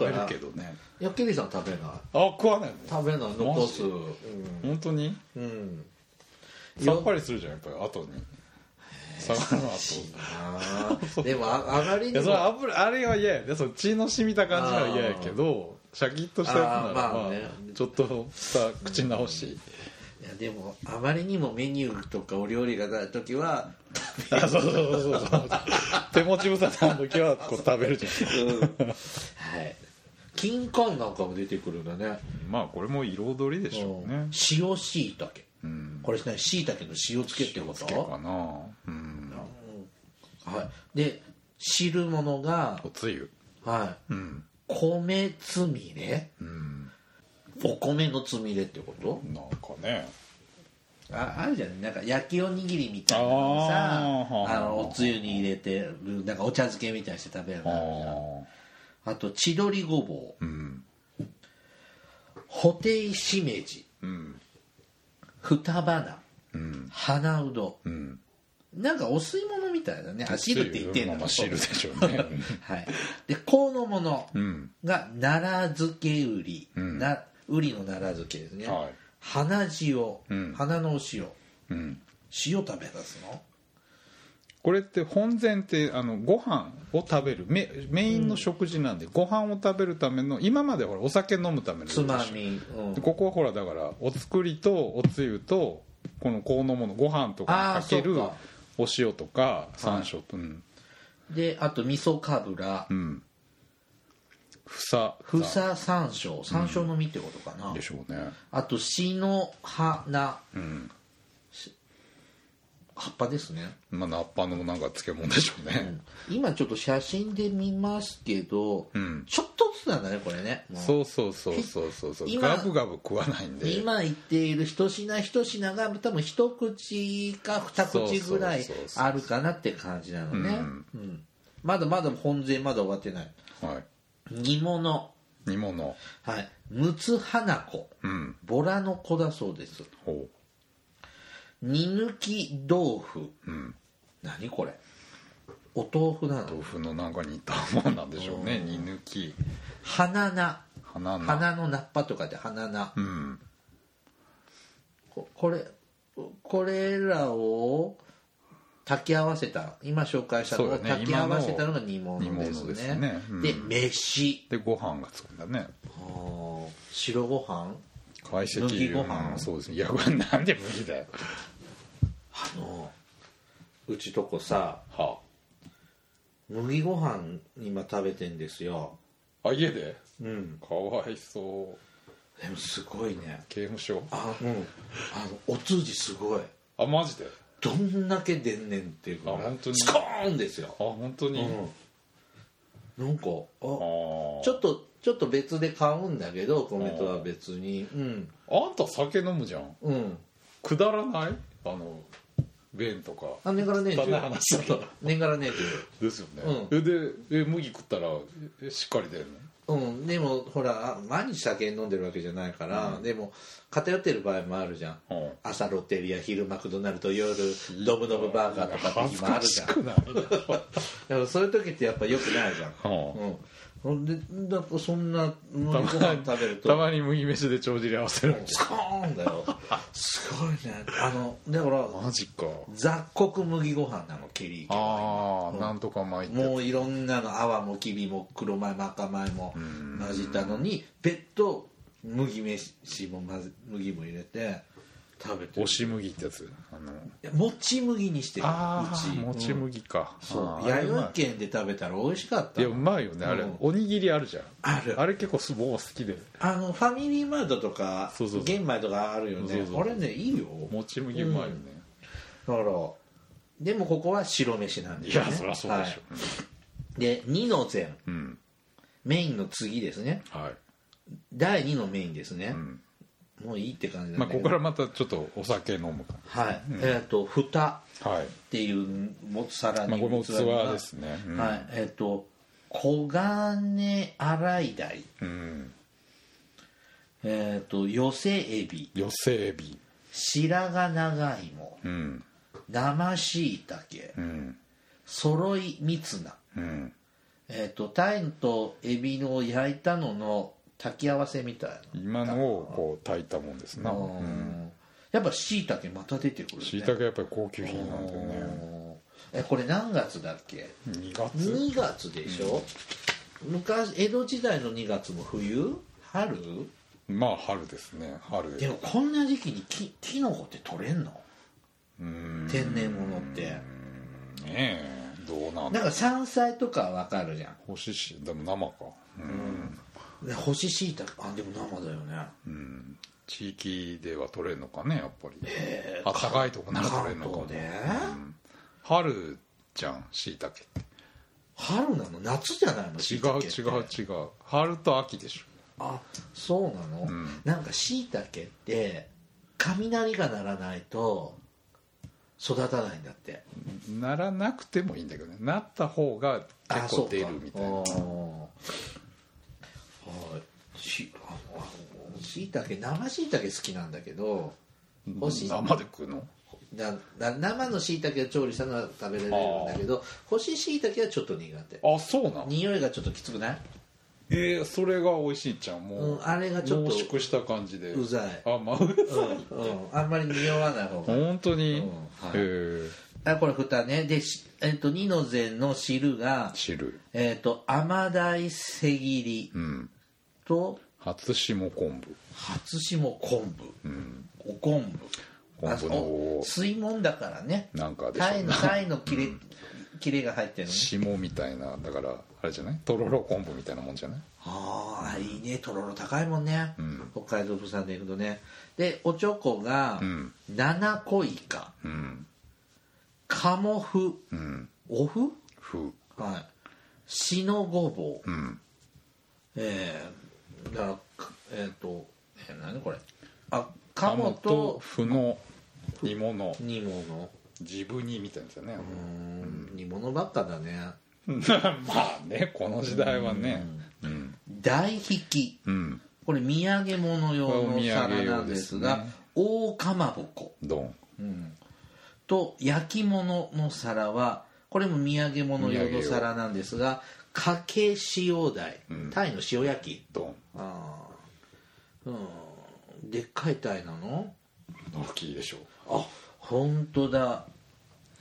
S1: か
S2: べる
S1: ら
S2: けどね
S1: いやケリーさん食べない
S2: あ食わないの
S1: 食べない残す
S2: マ
S1: う
S2: 本当に
S1: ん、うん、
S2: さっぱりするじゃんやっぱり後に魚の後
S1: いいなあ
S2: (laughs)
S1: でもああまり
S2: い
S1: に
S2: やそ
S1: も
S2: れ油あれは嫌やでその血の染みた感じは嫌やけどシャキッとしたやつなら
S1: あーまあ
S2: ま
S1: ね
S2: あちょっとした口直し
S1: いやでもあまりにもメニューとかお料理がない時は、
S2: (laughs) あそうそうそうそう (laughs) 手持ち無沙汰の時はこう食べるじゃん
S1: はい金柑なんかも出てくるんだね
S2: (laughs) まあこれも彩りでしょうね
S1: 塩しいたけ
S2: うん
S1: これしないしいたけの塩漬けってこ
S2: つけか
S1: と
S2: なうん
S1: はいで汁物が
S2: お、つゆ
S1: はい、
S2: うん
S1: 米つみれ
S2: うん
S1: お米のつみれってこと
S2: なんかね
S1: ああるじゃんなんか焼きおにぎりみたいなのさ
S2: あー
S1: あのおつゆに入れてるなんかお茶漬けみたいにして食べる
S2: あ
S1: のあるじゃんあと千鳥ごぼう
S2: ーうん
S1: ホテイシメジ
S2: うん
S1: 双花
S2: うん
S1: 花うど
S2: うん
S1: んなんかお吸い物みたいだねあ汁って言ってんだ
S2: まあまあ汁でしょうね
S1: (laughs) はいでこのもの
S2: うん
S1: が奈良漬け売り、
S2: ん
S1: な売りの奈良漬けですね、
S2: はい
S1: 花塩、
S2: うん
S1: 花のお塩
S2: うん
S1: 塩食べ出すの
S2: これって本膳ってあのご飯を食べるメメインの食事なんで、ご飯を食べるための今までほらお酒飲むための
S1: つまみ、うん
S2: でここはほらだからお作りとおつゆとこのこうのものご飯とかにかけ
S1: あー
S2: る
S1: そうか
S2: お塩とか山椒と、うん
S1: であと味噌かぶら
S2: うんふさ
S1: ふさ山椒山椒の実ってことかな、
S2: でしょうね
S1: あとシの花
S2: うん
S1: 葉っぱですね、
S2: まあ菜っぱのなんか漬物でしょう
S1: う
S2: ね
S1: ん今ちょっと写真で見ますけど、
S2: ん
S1: ちょっとずつなんだねこれねもう
S2: そうそうそうそうそうそう
S1: 今
S2: ガブガブ食わないんで
S1: 今言っている一品一品が多分一口か二口ぐらい
S2: そうそうそうそう
S1: あるかなって感じなのね
S2: うん
S1: うんまだまだ本膳まだ終わってない
S2: はい
S1: 煮物
S2: 煮物
S1: はいむつ花子
S2: うん
S1: ボラの子だそうです
S2: ほ
S1: 煮抜き豆腐
S2: ううん
S1: 何これお豆腐なの
S2: 豆腐のなんか似たもんなんでしょうね煮抜き
S1: 花菜
S2: 花菜
S1: 花の菜っぱとかで花菜
S2: うん
S1: ここれこれらを炊き合わせた今紹介したのを
S2: そうだね
S1: 炊き合わせたのが煮物です
S2: 今の
S1: ね
S2: 煮物で
S1: です
S2: ねうん
S1: 飯
S2: でご飯がつくんだね
S1: 白ご飯
S2: 懐石
S1: 麦ご飯
S2: うんそうですねいやこれなんで麦だよ
S1: あのうちとこさ
S2: は
S1: 麦ご飯今食べてんですよ
S2: あ家で
S1: うん
S2: かわいそう
S1: でもすごいね
S2: 刑務所
S1: あうんあのお通じすごい
S2: あマジで
S1: どんだけ出んねんっていうか
S2: あ本当に
S1: スコーンですよ
S2: あ、本当に、
S1: うん、なんかあ
S2: あー
S1: ちょっとちょっと別で買うんだけど米とは別にうん
S2: あんた酒飲むじゃん
S1: うん
S2: くだらないあの弁とか
S1: あ年がら年
S2: 汚い
S1: 中
S2: 話だけど
S1: 年がら年
S2: ですよね、でえ麦食ったらえしっかり出る
S1: 中うんでもほらあ毎日酒飲んでるわけじゃないから、でも偏ってる場合もあるじゃん、
S2: の、
S1: 朝ロッテリア昼マクドナルド夜ドブドブバーガーとかって日
S2: 恥ず
S1: もあ
S2: か
S1: るじ
S2: し
S1: ゃん
S2: くない
S1: でもそういう時ってやっぱよくないじゃん
S2: うん
S1: うんほんでなんかそんなの
S2: た
S1: にご
S2: ま
S1: 飯
S2: に
S1: 食べると
S2: たまに麦飯で帳尻合わせるんです
S1: スコーンだよすごいねあのだから
S2: マジか
S1: 雑穀麦ご飯なのキリイケは
S2: ああ、なんとか巻いて
S1: もういろんなの泡もきびも黒米も赤米も混じったのに別途麦飯も混ぜ麦も入れて食べてる
S2: 押し麦ってやつあの
S1: いやもち麦にしてるう
S2: あ
S1: ち
S2: あもち
S1: うん
S2: 麦か、あ
S1: そ
S2: ー
S1: う
S2: あれうまい
S1: 弥生県で食べたら美味しかった
S2: いやうまいよねあれ、
S1: うん
S2: おにぎりあるじゃん
S1: ある
S2: あれ結構す僕も好きで
S1: あのファミリーマートとか
S2: そうそうそう
S1: 玄米とかあるよね
S2: そうそうそう
S1: あれねいいよ
S2: もち麦うまいよね、
S1: だからでもここは白飯なんで
S2: い
S1: すよ、
S2: や
S1: ね、
S2: そりゃそうでしょ
S1: は、いで2の前
S2: うんうん
S1: メインの次ですね
S2: はい、
S1: 第2のメインですね
S2: う、ん
S1: もういいって感じな
S2: まあ、
S1: んだけ
S2: ここ
S1: ど、
S2: からまたちょっとお酒飲むか
S1: はい、えっ、と蓋
S2: らはい
S1: っていうも皿に
S2: まあ、これも器
S1: が
S2: ですね、うん
S1: はいえっ、と黄金洗い鯛
S2: うん、
S1: えっ、と寄せエビ
S2: 寄せエビ
S1: 白髪長芋
S2: うん
S1: 生しいたけ
S2: うん
S1: そろいみつな
S2: うん
S1: えっ、とタイとエビの焼いたのの炊き合わせみたい
S2: 今のをこう炊いたもんです
S1: な、
S2: な
S1: うんやっぱしいたけまた出てくるね
S2: しいたけやっぱり高級品なんだよね
S1: えこれ何月だっけ
S2: 2月
S1: 2月でしょ、昔江戸時代の2月も冬春
S2: まあ春ですね春
S1: でもこんな時期にきキノコって取れんの
S2: うん
S1: 天然物って
S2: ねえどうなん
S1: な
S2: だ
S1: んか山菜とかはわかるじゃ
S2: 干ししでも生かうん、
S1: んね干し椎茸あでも生だよね
S2: うん、地域では取れるのかねやっぱり、あったかいとこなら取れる
S1: 関
S2: のかも
S1: 東で
S2: うん春じゃんしいたけって
S1: 春なの夏じゃないの
S2: 違
S1: 椎茸っ
S2: う
S1: て
S2: 違う違う春と秋でしょ
S1: あそうなの、
S2: ん
S1: なんかしいたけって雷が鳴らないと育たないんだって
S2: ならなくてもいいんだけどねなった方が
S1: あ
S2: 結構出るみたいな
S1: そうかあーはいしあのしいたけ生しいたけ好きなんだけど干し
S2: 生で食うの
S1: だだ生のしいたけを調理したのは食べられるんだけど干ししいたけはちょっと苦手
S2: あそうなの
S1: 匂いがちょっときつくない
S2: えー、それが美味しいじゃんもう、
S1: うんあれがちょっと
S2: 濃縮した感じで
S1: うざい、
S2: あまあうざい、
S1: うんうん、あんまり匂わない方が
S2: 本当に、
S1: うんはい
S2: えー、
S1: あこれ蓋ねで、しえっと二の膳の汁が、
S2: 汁
S1: えっと甘鯛せぎり
S2: うん
S1: と
S2: 初霜昆布
S1: 初霜昆布、お昆布
S2: 昆布の
S1: あお水門だからね
S2: なんかでしょう
S1: 鯛
S2: ね
S1: の鯛の切れ、切れが入ってるのね
S2: 霜みたいなだからあれじゃないとろろ昆布みたいなもんじゃない
S1: ああいいねとろろ高いもんね、北海道物産でいくとねでおちょこが、
S2: ん
S1: 七個イカ
S2: うん
S1: 鴨麩
S2: うん
S1: お麩
S2: ふ
S1: はいしのごぼう、
S2: うん
S1: えー、だからかえっ、と、えー、何これあ
S2: 鴨
S1: 鴨
S2: と
S1: と
S2: ふの煮物
S1: 煮物
S2: 自分にみたいですよね、
S1: うーん煮物ばっかだね
S2: (laughs) まあねこの時代はねうん
S1: 大引き
S2: うん
S1: これ土産物用
S2: こ
S1: の
S2: れお土産
S1: 皿な
S2: 用
S1: ん
S2: で
S1: ですす
S2: ね
S1: が大かまぼこ
S2: どん
S1: と焼き物の皿はこれも土産物用の皿なんですがかけ塩鯛、タイの塩焼き
S2: どん
S1: あーうんでっかいタイなの
S2: 大きいでしょ
S1: あ本当だ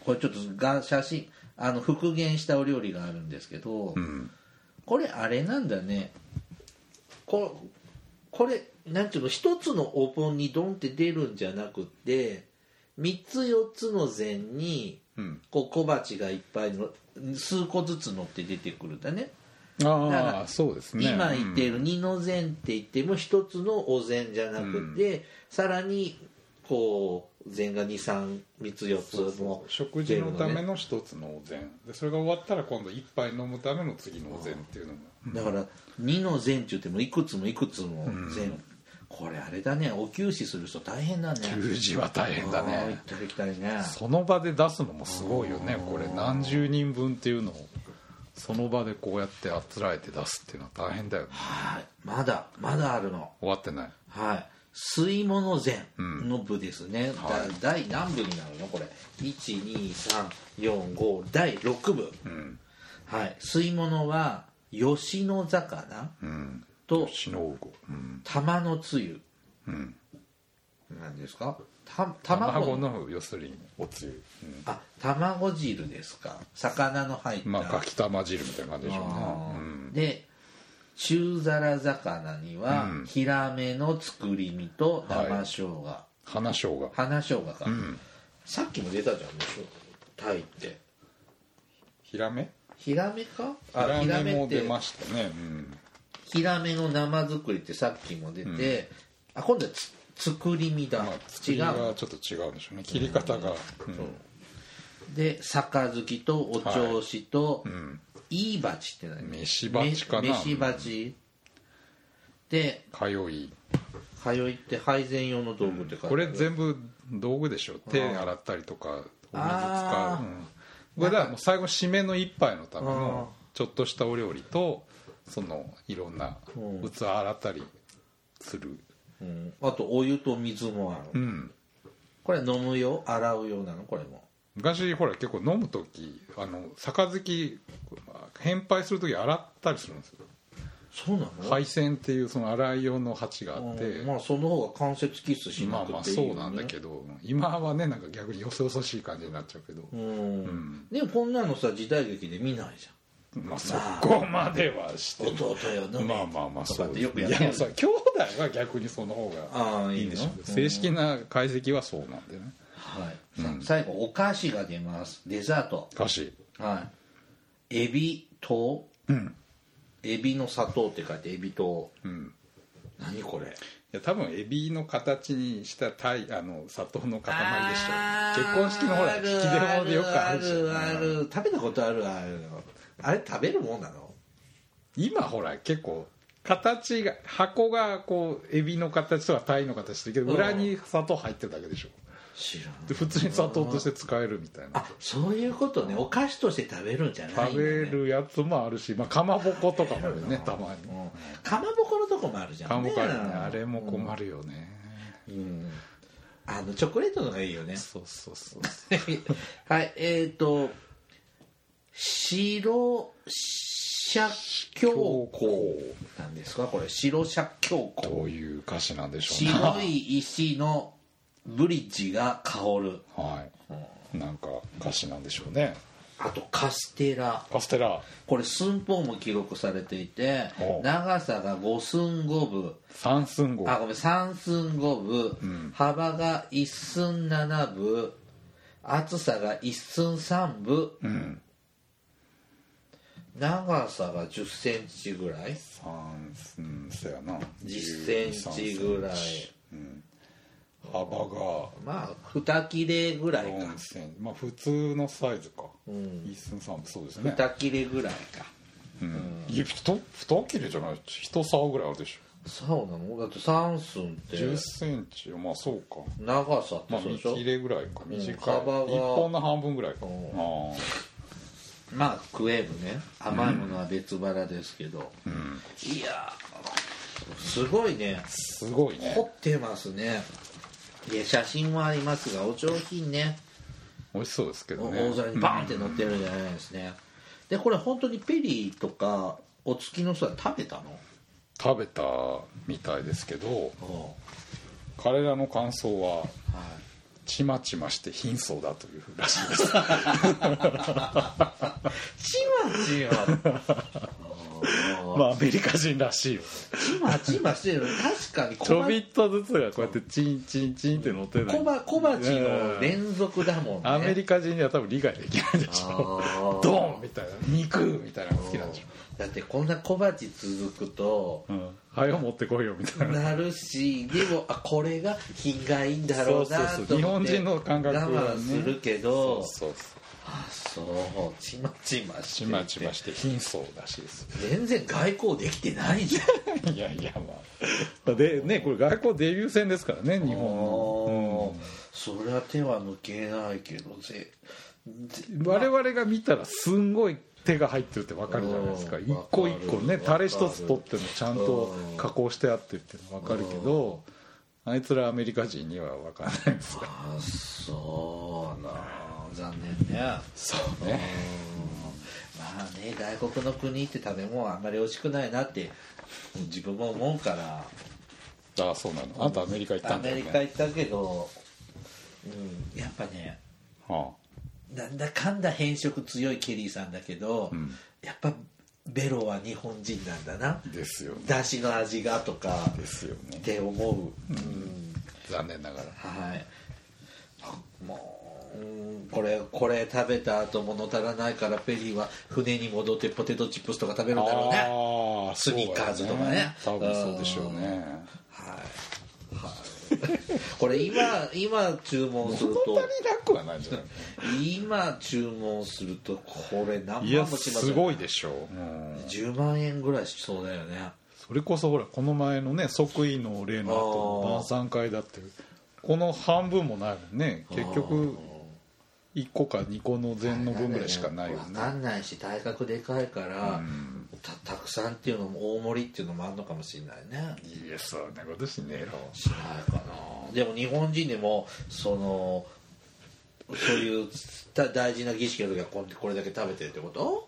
S1: これちょっとが写真あの復元したお料理があるんですけど、
S2: ん
S1: これあれなんだねここれなんていうの一つのお盆にドンって出るんじゃなくて3つ4つの膳に
S2: うん
S1: こう小鉢がいっぱいの数個ずつ乗って出てくるんだねだか
S2: ああ
S1: ら
S2: そうですね
S1: 今言っている二の膳って言っても一つのお膳じゃなくて、さらにこう膳が23つ4つも
S2: 食事のため
S1: ね
S2: の一つのお膳でそれが終わったら今度一杯飲むための次のお膳っていうのが
S1: だから二の膳中ってもういくつもいくつも膳、これあれだねお給仕する人大変だね
S2: 給仕は大変だね
S1: うん行ったり来たりね
S2: その場で出すのもすごいよねこれ何十人分っていうのをその場でこうやってあつらえて出すっていうのは大変だよね
S1: はいまだまだあるの
S2: 終わってない
S1: はい水物膳の部ですね、だ第何部になるのこれ12345第6部、
S2: ん
S1: はい水物は吉野魚
S2: うん
S1: と
S2: しのうごうん
S1: 玉のつゆ
S2: うん
S1: なんですかた卵
S2: 卵
S1: の
S2: の要するにおつゆ、うん
S1: あ卵汁ですか魚の入った、
S2: まあかきたま汁みたいな感じでしょうね
S1: あー
S2: うん
S1: で中皿魚には、
S2: うん
S1: ヒラメの作り身と
S2: はい
S1: 生生姜、
S2: 花生姜
S1: 花生姜か、
S2: うん
S1: さっきも出たじゃんでしょタイって
S2: ヒラメ
S1: ヒラメか
S2: ヒラメも出
S1: って
S2: ましたねうん
S1: ヒラメの生作りってさっきも出て、あ今度はつ作り身だ、
S2: まあ作
S1: 違
S2: りが
S1: う
S2: ちょっと違うんでしょうね切り方がうん
S1: で杯とお調子と、
S2: うん
S1: いい鉢って何
S2: 飯鉢かな
S1: め飯鉢で
S2: かよい
S1: 通いって配膳用の道具って書いてある
S2: これ全部道具でしょ手洗ったりとかお水使
S1: あー
S2: う、うんこれだからもう最後締めの一杯のためのちょっとしたお料理とそのいろんな
S1: うん
S2: 器洗ったりする
S1: うんあとお湯と水もあ
S2: う
S1: る、
S2: ん
S1: これ飲む用洗う用なのこれも
S2: 昔ほら結構飲む時あの杯返杯する時洗ったりするんですよ
S1: そうなの
S2: 配線っていうその洗い用の鉢があ
S1: うん
S2: って、
S1: まあその方が関節キスしな
S2: まあま
S1: く
S2: あ
S1: ていいよ、
S2: そ
S1: ね、
S2: うなんだけど今はねなんか逆によそよそしい感じになっちゃうけど、
S1: うん、
S2: ん
S1: でもこんなのさ時代劇で見ないじ
S2: まあそこまではして
S1: ゃん弟よ飲め
S2: まあまあまあ
S1: と
S2: そ
S1: か
S2: う
S1: って
S2: で
S1: よ
S2: す
S1: くやっ
S2: い
S1: て
S2: や
S1: る
S2: さ兄弟は逆にその方
S1: ああ
S2: が
S1: いいの
S2: いいんでしょう正式な解析はそうなんでね
S1: はい、さ最後お菓子が出ますデザート
S2: 歌詞
S1: はいエビ糖
S2: うん
S1: エビの砂糖って書いてエビ糖
S2: うん
S1: 何これ
S2: いや多分エビの形にしたタイあの砂糖の塊でし
S1: あ
S2: ょ
S1: ー
S2: 結婚式のほら
S1: あ
S2: 引き
S1: る
S2: 出物でよくあるじゃん
S1: あるあ
S2: うん
S1: る食べたことあるあるあれ食べるもんなの
S2: 今ほら結構形が箱がこうエビの形とかタイの形だけど
S1: うん
S2: 裏に砂糖入ってるだけでしょ
S1: 知らん
S2: で普通に砂糖として使えるみたいな
S1: あそういうことねお菓子として食べるんじゃないん
S2: 食
S1: だね
S2: べるやつもあるし、まあ、かまぼことかもねたまに
S1: うんかまぼこのとこもあるじゃん
S2: かまぼこあるねあれも困るよね、
S1: うんあのチョコレートのがいいよね
S2: そうそうそう
S1: (laughs) はいえっ、ー、と白社教皇なんですかこれ白社教皇
S2: どういう歌詞なんでしょう
S1: 白い石のブリッジが香る
S2: はいなんか歌詞なんでしょうね
S1: あとカステラ
S2: カステラ
S1: これ寸法も記録されていて
S2: お
S1: 長さが5寸5分
S2: 三寸語
S1: あごめん3寸5分、幅が1寸7分厚さが1寸3分、
S2: うん
S1: 長さが1 0センチぐらい
S2: 三寸せやな
S1: 10センチぐらい
S2: 幅が
S1: まあ2切れぐらいか
S2: 4センチまあ普通のサイズか、
S1: ん
S2: 一寸三分そうですね
S1: 2切れぐらいか
S2: うんいや太太切れじゃない一竿ぐらいあるでしょ
S1: そうなのだって3寸って
S2: 10センチまあそうか
S1: 長さっ
S2: ま
S1: てそ
S2: あ
S1: うでし
S2: 切
S1: ょ
S2: れぐらいか短い、
S1: 幅が
S2: 一本の半分ぐらいか、
S1: ん
S2: あ
S1: まあクエーブね甘いものは別腹ですけど、
S2: あうん
S1: いやーすごいね
S2: すごいね
S1: 凝ってますねで写真もありますがお上品ね
S2: 美味しそうですけどね
S1: 大皿にバーンって乗ってるじゃないですね、でこれ本当にペリーとかお月の人は食べたの
S2: 食べたみたいですけど
S1: お
S2: 彼らの感想は
S1: うはい
S2: ちまちまして貧相だというらしいで
S1: (laughs)
S2: す
S1: ちまちま
S2: まあアメリカ人らしいよ
S1: ちまちましてる確かに
S2: ち
S1: 小
S2: ょ
S1: ば
S2: びっとずつがこうやってチンチンチンって乗ってない
S1: 小ば小鉢の連続だもんね
S2: アメリカ人には多分理解できないでし
S1: あ
S2: ょ
S1: ー
S2: ドーンみたいな肉みたいなのが好きなんでしょ
S1: だってこんな小鉢続くと
S2: うん早く持ってこいよみたいな
S1: なるしでもあこれが品がいいんだろうなと思って
S2: そうそうそう日本人の感覚はね
S1: 我慢するけど
S2: そうそう
S1: あそうちまちまして
S2: ちまちまして貧相らしいです
S1: 全然外交できてないじゃん
S2: いやいやまあでねこれ外交デビュー戦ですからね日本の、
S1: そりゃ手は抜けないけどぜ
S2: うん我々が見たらすんごい手が入ってるってわかるじゃないですか
S1: うん
S2: 一個一個ね
S1: わ
S2: タ
S1: か
S2: レ
S1: る
S2: 一つ取ってもちゃんと加工してあってっていうのわかるけどあいつらアメリカ人にはわかんないですから
S1: あそうな残念ね
S2: そうね
S1: まあね外国の国って食べ物あんまり美味しくないなって自分も思うから
S2: ああそうなのあんたアメリカ行った
S1: ア
S2: んだ
S1: メ
S2: よ
S1: リカ
S2: ね
S1: 行ったけど、うん、やっぱね
S2: あ
S1: なんだかんだ変色強いケリーさんだけど、
S2: ん
S1: やっぱベロは日本人なんだな
S2: あですよね
S1: だしの味がとか
S2: ですよね
S1: って思う、
S2: 残念ながら
S1: はいもううんこれこれ食べた後物足らないからペリーは船に戻ってポテトチップスとか食べるんだろうね
S2: ああ
S1: スニーカーズとかね
S2: そうだよ多分そうでしょうね
S1: はい、はい、 (laughs) これ今今注文する
S2: そん
S1: と
S2: なに楽はないんじゃない
S1: 今注文するとこれ何万
S2: いや
S1: もします
S2: すごいでしょう、うん
S1: 10万円ぐらいしそうだよね
S2: それこそほらこの前のね即位の例の後
S1: あ
S2: の晩
S1: ー
S2: 餐会だってこの半分もないもんね結局1個か2個の前の分ぐらいしかないよ
S1: 分
S2: ね
S1: かんないし体格でかいから、たたくさんっていうのも大盛りっていうのもあるのかもしれないね
S2: いやそんなことしねえろ
S1: しないかなでも日本人でもそのそういうた大事な儀式の時はこんこれだけ食べてるってこと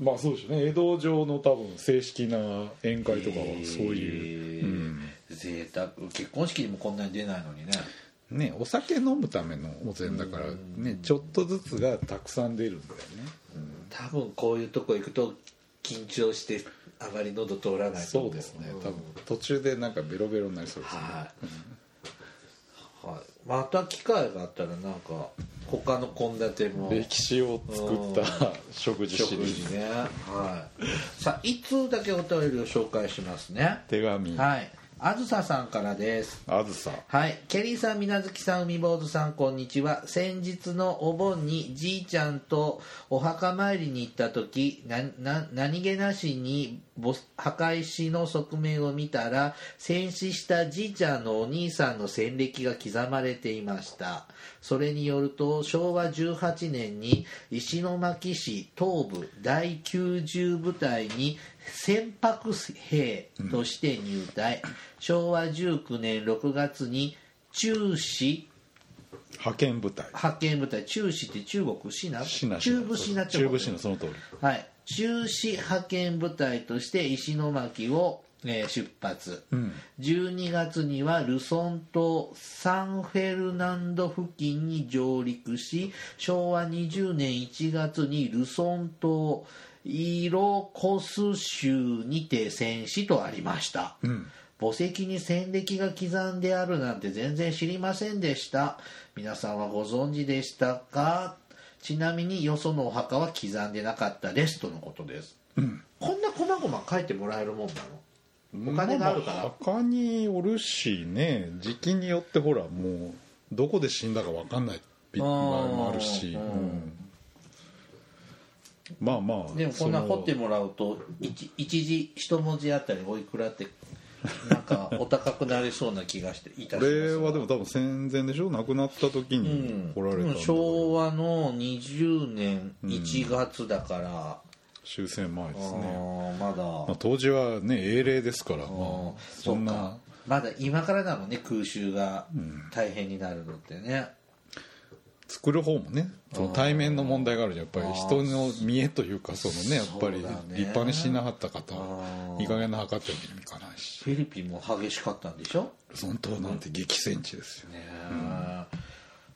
S2: まあそうでしょうね江戸城の多分正式な宴会とかはそういう、
S1: う、贅沢結婚式にもこんなに出ないのにね
S2: ねお酒飲むためのお膳だからねちょっとずつがたくさん出るんだよね
S1: 多分こういうとこ行くと緊張してあまり喉通らないと
S2: そ
S1: 思
S2: うですね多分途中でなんかベロベロになりそうですね
S1: はい、はい、また機会があったらなんか他の献立も
S2: 歴史を作った食事シ
S1: 食
S2: リーズ
S1: 事ねはいさあ一通だけお便りを紹介しますね
S2: 手紙
S1: はいあずささんからです
S2: あずさ
S1: はいケリーさん水無月さん海坊主さんこんにちは先日のお盆にじいちゃんとお墓参りに行った時なな何気なしに墓墓石の側面を見たら戦死したじいちゃんのお兄さんの戦歴が刻まれていましたそれによると昭和18年に石巻市東部第90部隊に船舶兵として入隊、昭和19年6月に中止
S2: 派遣部隊
S1: 派遣部隊中止って中国市な
S2: シナシナ
S1: 中部市なって
S2: 中
S1: こと
S2: 部市のその通り
S1: はい、中止派遣部隊として石巻を、えー出発、12月にはルソン島サンフェルナンド付近に上陸し昭和20年1月にルソン島イロコス州にて戦死とありました、墓石に戦歴が刻んであるなんて全然知りませんでした皆さんはご存知でしたかちなみによそのお墓は刻んでなかったですとのことです、こんな細々書いてもらえるもんなのお金があるから、
S2: ま墓におるしね時期によってほらもうどこで死んだか分かんない場合もあるし
S1: うん
S2: うんまあまあ
S1: でもこんな
S2: その
S1: 掘ってもらうと一一字一文字あたりおいくらってなんかお高くなりそうな気がしていたし
S2: こ
S1: ます
S2: れはでも多分戦前でしょ亡くなった時に来られたんだ
S1: うん
S2: から
S1: 昭和の20年1月だから、
S2: 終戦前です
S1: あ
S2: ね
S1: ーまだ、
S2: まあ当時はね英霊ですからまあ
S1: あー
S2: そん
S1: う
S2: な
S1: かまだ今からだもんね空襲が大変になるのってね、
S2: 作る方もねその対面の問題があるじゃんやっぱり人の見えというかそのねやっぱり
S1: そうだね
S2: 立派に死なはった方
S1: あー
S2: いい加減な墓ってわけにもいかないし
S1: フィリピンも激しかったんでしょ
S2: 尊島なんて激戦地ですよね
S1: ね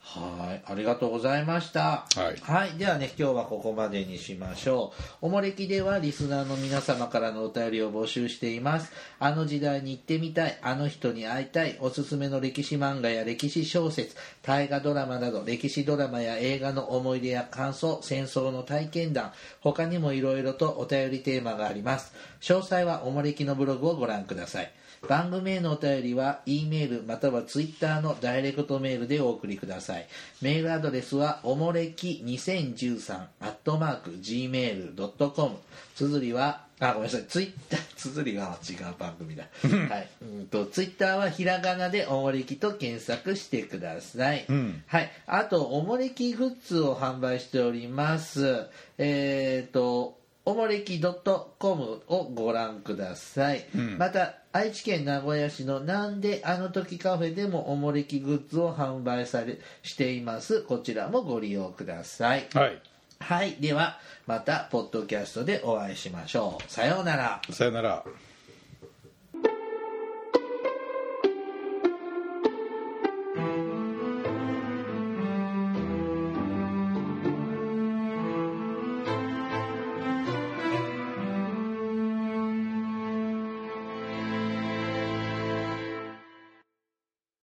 S1: はいありがとうございました
S2: はい
S1: ではね今日はここまでにしましょうおもれきではリスナーの皆様からのお便りを募集していますあの時代に行ってみたいあの人に会いたいおすすめの歴史漫画や歴史小説大河ドラマなど歴史ドラマや映画の思い出や感想戦争の体験談他にもいろいろとお便りテーマがあります詳細はおもれきのブログをご覧ください番組へのお便りは E メールまたは Twitter のダイレクトメールでお送りくださいメールアドレスはおもれき2013 at mark gmail.com 綴りはあごめんなさいツイッター綴りが違う番組だはいうんとツイッターはひらがなでおもれきと検索してください、
S2: ん
S1: はいあとおもれきグッズを販売しておりますえっ、とおもれき .com をご覧ください、また愛知県名古屋市のなんであの時カフェでもおもれきグッズを販売されしていますこちらもご利用ください
S2: はい
S1: はい、ではまたポッドキャストでお会いしましょう。さようなら。
S2: さよなら